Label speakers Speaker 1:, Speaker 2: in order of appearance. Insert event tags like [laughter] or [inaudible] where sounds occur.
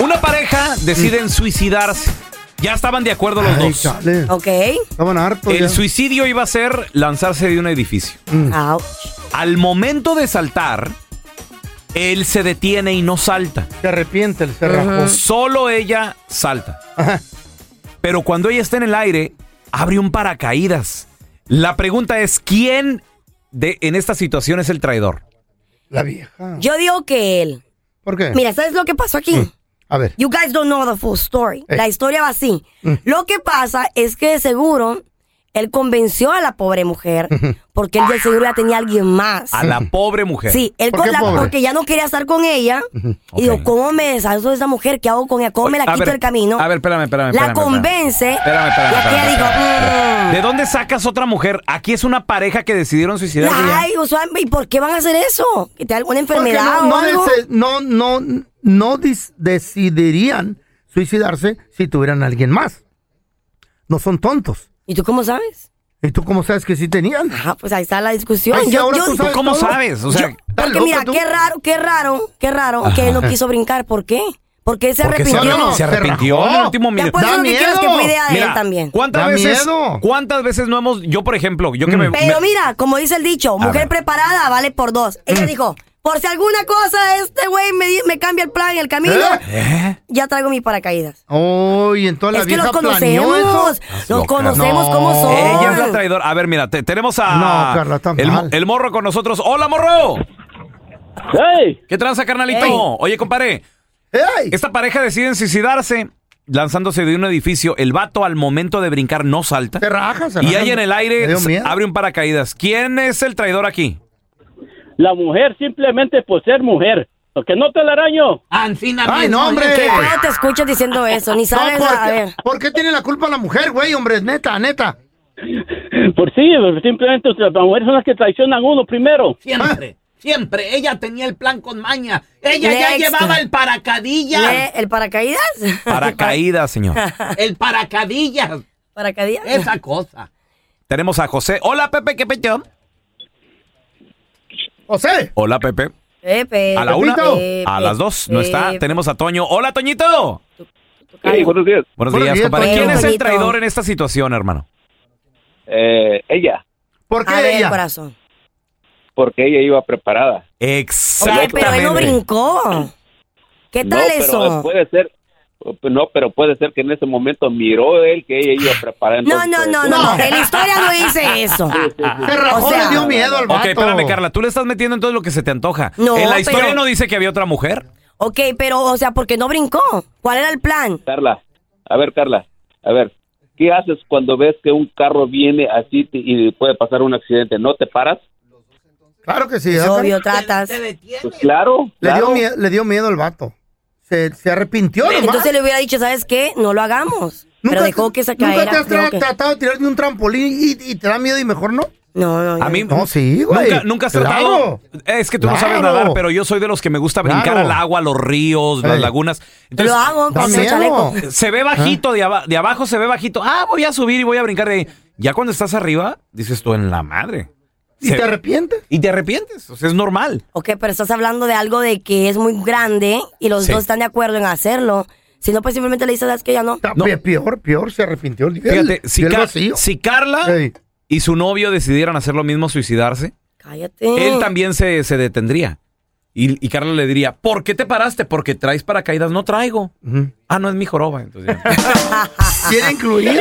Speaker 1: Una pareja deciden suicidarse. Ya estaban de acuerdo los
Speaker 2: Ay,
Speaker 1: dos.
Speaker 2: chale.
Speaker 3: Ok.
Speaker 2: Estaban hartos.
Speaker 1: El
Speaker 2: pues ya. Mm.
Speaker 1: suicidio iba a ser lanzarse de un edificio.
Speaker 3: Ouch.
Speaker 1: Al momento de saltar, él se detiene y no salta.
Speaker 2: Se arrepiente el cerrajo.
Speaker 1: Solo ella salta.
Speaker 2: Ajá.
Speaker 1: Pero cuando ella está en el aire, abre un paracaídas. La pregunta es, ¿quién de, en esta situación es el traidor?
Speaker 2: [laughs] La vieja.
Speaker 3: Yo digo que él.
Speaker 2: ¿Por qué? Mm.
Speaker 3: Mira, ¿sabes lo que pasó aquí?
Speaker 2: A ver.
Speaker 3: You guys don't know the full story.
Speaker 2: Eh. Mm.
Speaker 3: La historia va así. Lo que pasa es que de seguro él convenció a la pobre mujer porque él de seguro ya tenía a alguien más.
Speaker 1: A la pobre mujer.
Speaker 3: Sí, él
Speaker 2: Ah, ¿Por
Speaker 3: con
Speaker 2: qué
Speaker 3: la,
Speaker 2: pobre?
Speaker 3: porque ya no quería estar con ella. Y
Speaker 1: Ok.
Speaker 3: digo, ¿cómo me deshago de esa mujer? ¿Qué hago con ella? ¿Cómo me la
Speaker 1: Pues, A
Speaker 3: quito
Speaker 1: ver,
Speaker 3: del camino?
Speaker 1: A ver, espérame, espérame.
Speaker 3: la
Speaker 1: espérame, espérame.
Speaker 3: convence.
Speaker 1: Espérame, espérame,
Speaker 3: y aquí "Mm".
Speaker 1: espérame,
Speaker 3: digo,
Speaker 1: espérame. ¿De dónde sacas otra mujer? Aquí es una pareja que decidieron suicidarse. ya.
Speaker 3: Ay, usual- ¿y por qué van a hacer eso? ¿Que te da alguna
Speaker 2: Porque no,
Speaker 3: enfermedad o
Speaker 2: no,
Speaker 3: algo?
Speaker 2: dese- no, no, no dis- decidirían suicidarse si tuvieran a alguien más. No son tontos.
Speaker 3: ¿Y tú cómo sabes?
Speaker 2: ¿Y tú cómo sabes que sí tenían?
Speaker 3: Ajá, pues ahí está la discusión.
Speaker 2: Ay, sí, ahora tú
Speaker 1: ¿Tú
Speaker 2: sabes
Speaker 1: cómo
Speaker 2: todo?
Speaker 1: sabes? O sea,
Speaker 2: Yo-
Speaker 3: porque
Speaker 2: loca
Speaker 3: mira,
Speaker 2: tú?
Speaker 3: qué raro, qué raro, qué raro que él no quiso brincar. ¿Por qué? Porque él se
Speaker 1: porque se,
Speaker 3: arrepintió.
Speaker 2: No, no, no,
Speaker 1: se
Speaker 2: se
Speaker 1: arrepintió en el
Speaker 2: rajó.
Speaker 1: último
Speaker 3: Ya
Speaker 1: minuto.
Speaker 3: por
Speaker 2: Da
Speaker 3: eso lo que quiero es que
Speaker 2: miedo.
Speaker 3: fue idea de
Speaker 1: Mira,
Speaker 3: él también.
Speaker 1: ¿Cuántas
Speaker 2: Da
Speaker 1: veces,
Speaker 2: miedo.
Speaker 1: ¿Cuántas veces no hemos, yo por ejemplo, yo que me,
Speaker 3: Pero
Speaker 1: me-
Speaker 3: mira, como dice el dicho, mujer preparada vale por dos. Ella dijo, por si alguna cosa este güey me, di- me cambia el plan, el camino,
Speaker 2: ¿Eh?
Speaker 1: ¿Eh?
Speaker 3: ya traigo mis paracaídas.
Speaker 2: Oh, y entonces la
Speaker 3: es que los
Speaker 2: vieja planeó eso.
Speaker 3: conocemos, los
Speaker 1: loca.
Speaker 3: conocemos
Speaker 2: No.
Speaker 3: cómo son.
Speaker 1: Ella es la traidora. A ver, mira, te- tenemos a
Speaker 2: No, Carla, está
Speaker 1: el,
Speaker 2: mal.
Speaker 1: el morro con nosotros. ¡Hola, morro!
Speaker 4: ¡Hey!
Speaker 1: ¿Qué tranza, carnalito?
Speaker 3: Ey.
Speaker 1: Oye, compadre,
Speaker 2: ¡Ey!
Speaker 1: esta pareja deciden suicidarse lanzándose de un edificio. El vato al momento de brincar no salta.
Speaker 2: Se raja, se
Speaker 1: Y
Speaker 2: raja.
Speaker 1: ahí en el
Speaker 2: Me
Speaker 1: aire
Speaker 2: dio
Speaker 1: se-
Speaker 2: miedo.
Speaker 1: abre un paracaídas. ¿Quién es el traidor aquí?
Speaker 4: La mujer simplemente por ser mujer. Porque no te la araño.
Speaker 2: ¡Ay, no,
Speaker 5: eh,
Speaker 2: hombre!
Speaker 3: Qué raro Ah, te escuchas diciendo eso, ni
Speaker 2: No,
Speaker 3: sabes. a
Speaker 2: ¿por, qué,
Speaker 3: ver,
Speaker 2: por qué tiene la culpa la mujer, güey? Hombre, neta, neta.
Speaker 4: [clears throat] Por sí, pues, simplemente las mujeres son las que traicionan a uno primero.
Speaker 5: Siempre, siempre. Ella tenía el plan con maña. Ella ya
Speaker 3: Next.
Speaker 5: llevaba el paracadillas.
Speaker 3: ¿le- ¿el paracaídas?
Speaker 1: Paracaídas,
Speaker 3: [laughs]
Speaker 1: señor.
Speaker 5: El paracadillas.
Speaker 3: ¿Paracaídas?
Speaker 5: Esa cosa.
Speaker 1: Tenemos a José. Hola, Pepe, ¿qué pecho?
Speaker 2: José,
Speaker 1: Hola, Pepe.
Speaker 3: Pepe,
Speaker 1: A la una,
Speaker 3: Eh, Pepe,
Speaker 1: a las dos, no está.
Speaker 3: Pepe,
Speaker 1: Tenemos a Toño. Hola, Toñito.
Speaker 3: Ay,
Speaker 4: buenos días.
Speaker 1: Buenos
Speaker 2: Buenos
Speaker 1: días,
Speaker 2: días,
Speaker 1: compadre.
Speaker 3: Toño.
Speaker 1: ¿Quién es el
Speaker 3: Toñito.
Speaker 1: traidor en esta situación, hermano?
Speaker 4: Eh, ella,
Speaker 2: ¿por qué
Speaker 3: a ver,
Speaker 2: ella?
Speaker 3: corazón.
Speaker 4: porque ella iba preparada.
Speaker 3: Oye,
Speaker 1: Exactamente.
Speaker 3: pero él no brincó. ¿Qué tal eso?
Speaker 4: eh, puede ser. eh, No, pero puede ser que en ese momento miró él que ella iba preparada.
Speaker 3: No, no, no, no, en la historia no dice eso.
Speaker 2: Se rajó,
Speaker 3: O sea-
Speaker 2: le dio miedo al vato.
Speaker 1: Ok, espérame, Carla, tú le estás metiendo en todo lo que se te antoja.
Speaker 3: No,
Speaker 1: en la historia
Speaker 3: pero-
Speaker 1: no dice que había otra mujer.
Speaker 3: Ok, pero, o sea, ¿por qué no brincó? ¿Cuál era el plan?
Speaker 4: Carla, a ver, Carla, a ver, ¿qué haces cuando ves que un carro viene así te- y puede pasar un accidente? ¿No te paras?
Speaker 2: Claro que sí.
Speaker 3: Es
Speaker 2: ¿verdad,
Speaker 3: obvio,
Speaker 5: Te,
Speaker 3: tratas.
Speaker 5: te detiene.
Speaker 4: Pues claro,
Speaker 2: Le
Speaker 4: claro.
Speaker 2: dio, miedo, le dio miedo al vato. Se, se arrepintió nomás.
Speaker 3: Entonces le hubiera dicho, ¿sabes qué? No lo hagamos. Pero dejó que se
Speaker 2: nunca
Speaker 3: caera.
Speaker 2: te has
Speaker 3: creo
Speaker 2: tra-
Speaker 3: que-
Speaker 2: tratado de tirar de un trampolín y, y te da miedo y mejor no?
Speaker 3: No, no, yo-
Speaker 1: A mí
Speaker 2: No, sí, güey.
Speaker 1: Nunca, nunca has tratado.
Speaker 2: Claro.
Speaker 1: Es que tú no sabes
Speaker 2: Claro.
Speaker 1: nadar, pero yo soy de los que me gusta brincar
Speaker 2: Claro.
Speaker 1: al agua, a los ríos, las
Speaker 2: Ey.
Speaker 1: lagunas.
Speaker 3: lo hago
Speaker 2: Da
Speaker 3: con el
Speaker 2: miedo.
Speaker 3: chaleco.
Speaker 1: Se ve bajito, de, aba- de abajo se ve bajito. Ah, voy a subir y voy a brincar de ahí. Ya cuando estás arriba, dices tú en la madre.
Speaker 2: ¿Y
Speaker 1: Se-
Speaker 2: te arrepientes?
Speaker 1: y te arrepientes. O sea, es normal.
Speaker 3: Ok, pero estás hablando de algo de que es muy grande y los
Speaker 1: Sí.
Speaker 3: dos están de acuerdo en hacerlo. Si no, pues simplemente le dices, ¿sabes qué? Ya no.
Speaker 2: Está
Speaker 1: No.
Speaker 2: pe- Peor, peor, se arrepintió. el-
Speaker 1: Fíjate,
Speaker 2: el-
Speaker 1: si,
Speaker 2: el
Speaker 1: Ca-
Speaker 2: vacío.
Speaker 1: si Carla
Speaker 2: Ey.
Speaker 1: y su novio decidieran hacer lo mismo, suicidarse,
Speaker 3: Cállate.
Speaker 1: él también se, se detendría. Y, y Carla le diría, ¿por qué te paraste? Porque traes paracaídas, no traigo.
Speaker 2: Ujú.
Speaker 1: Ah, no, es mi joroba. Entonces,
Speaker 2: ¿Tiene incluido?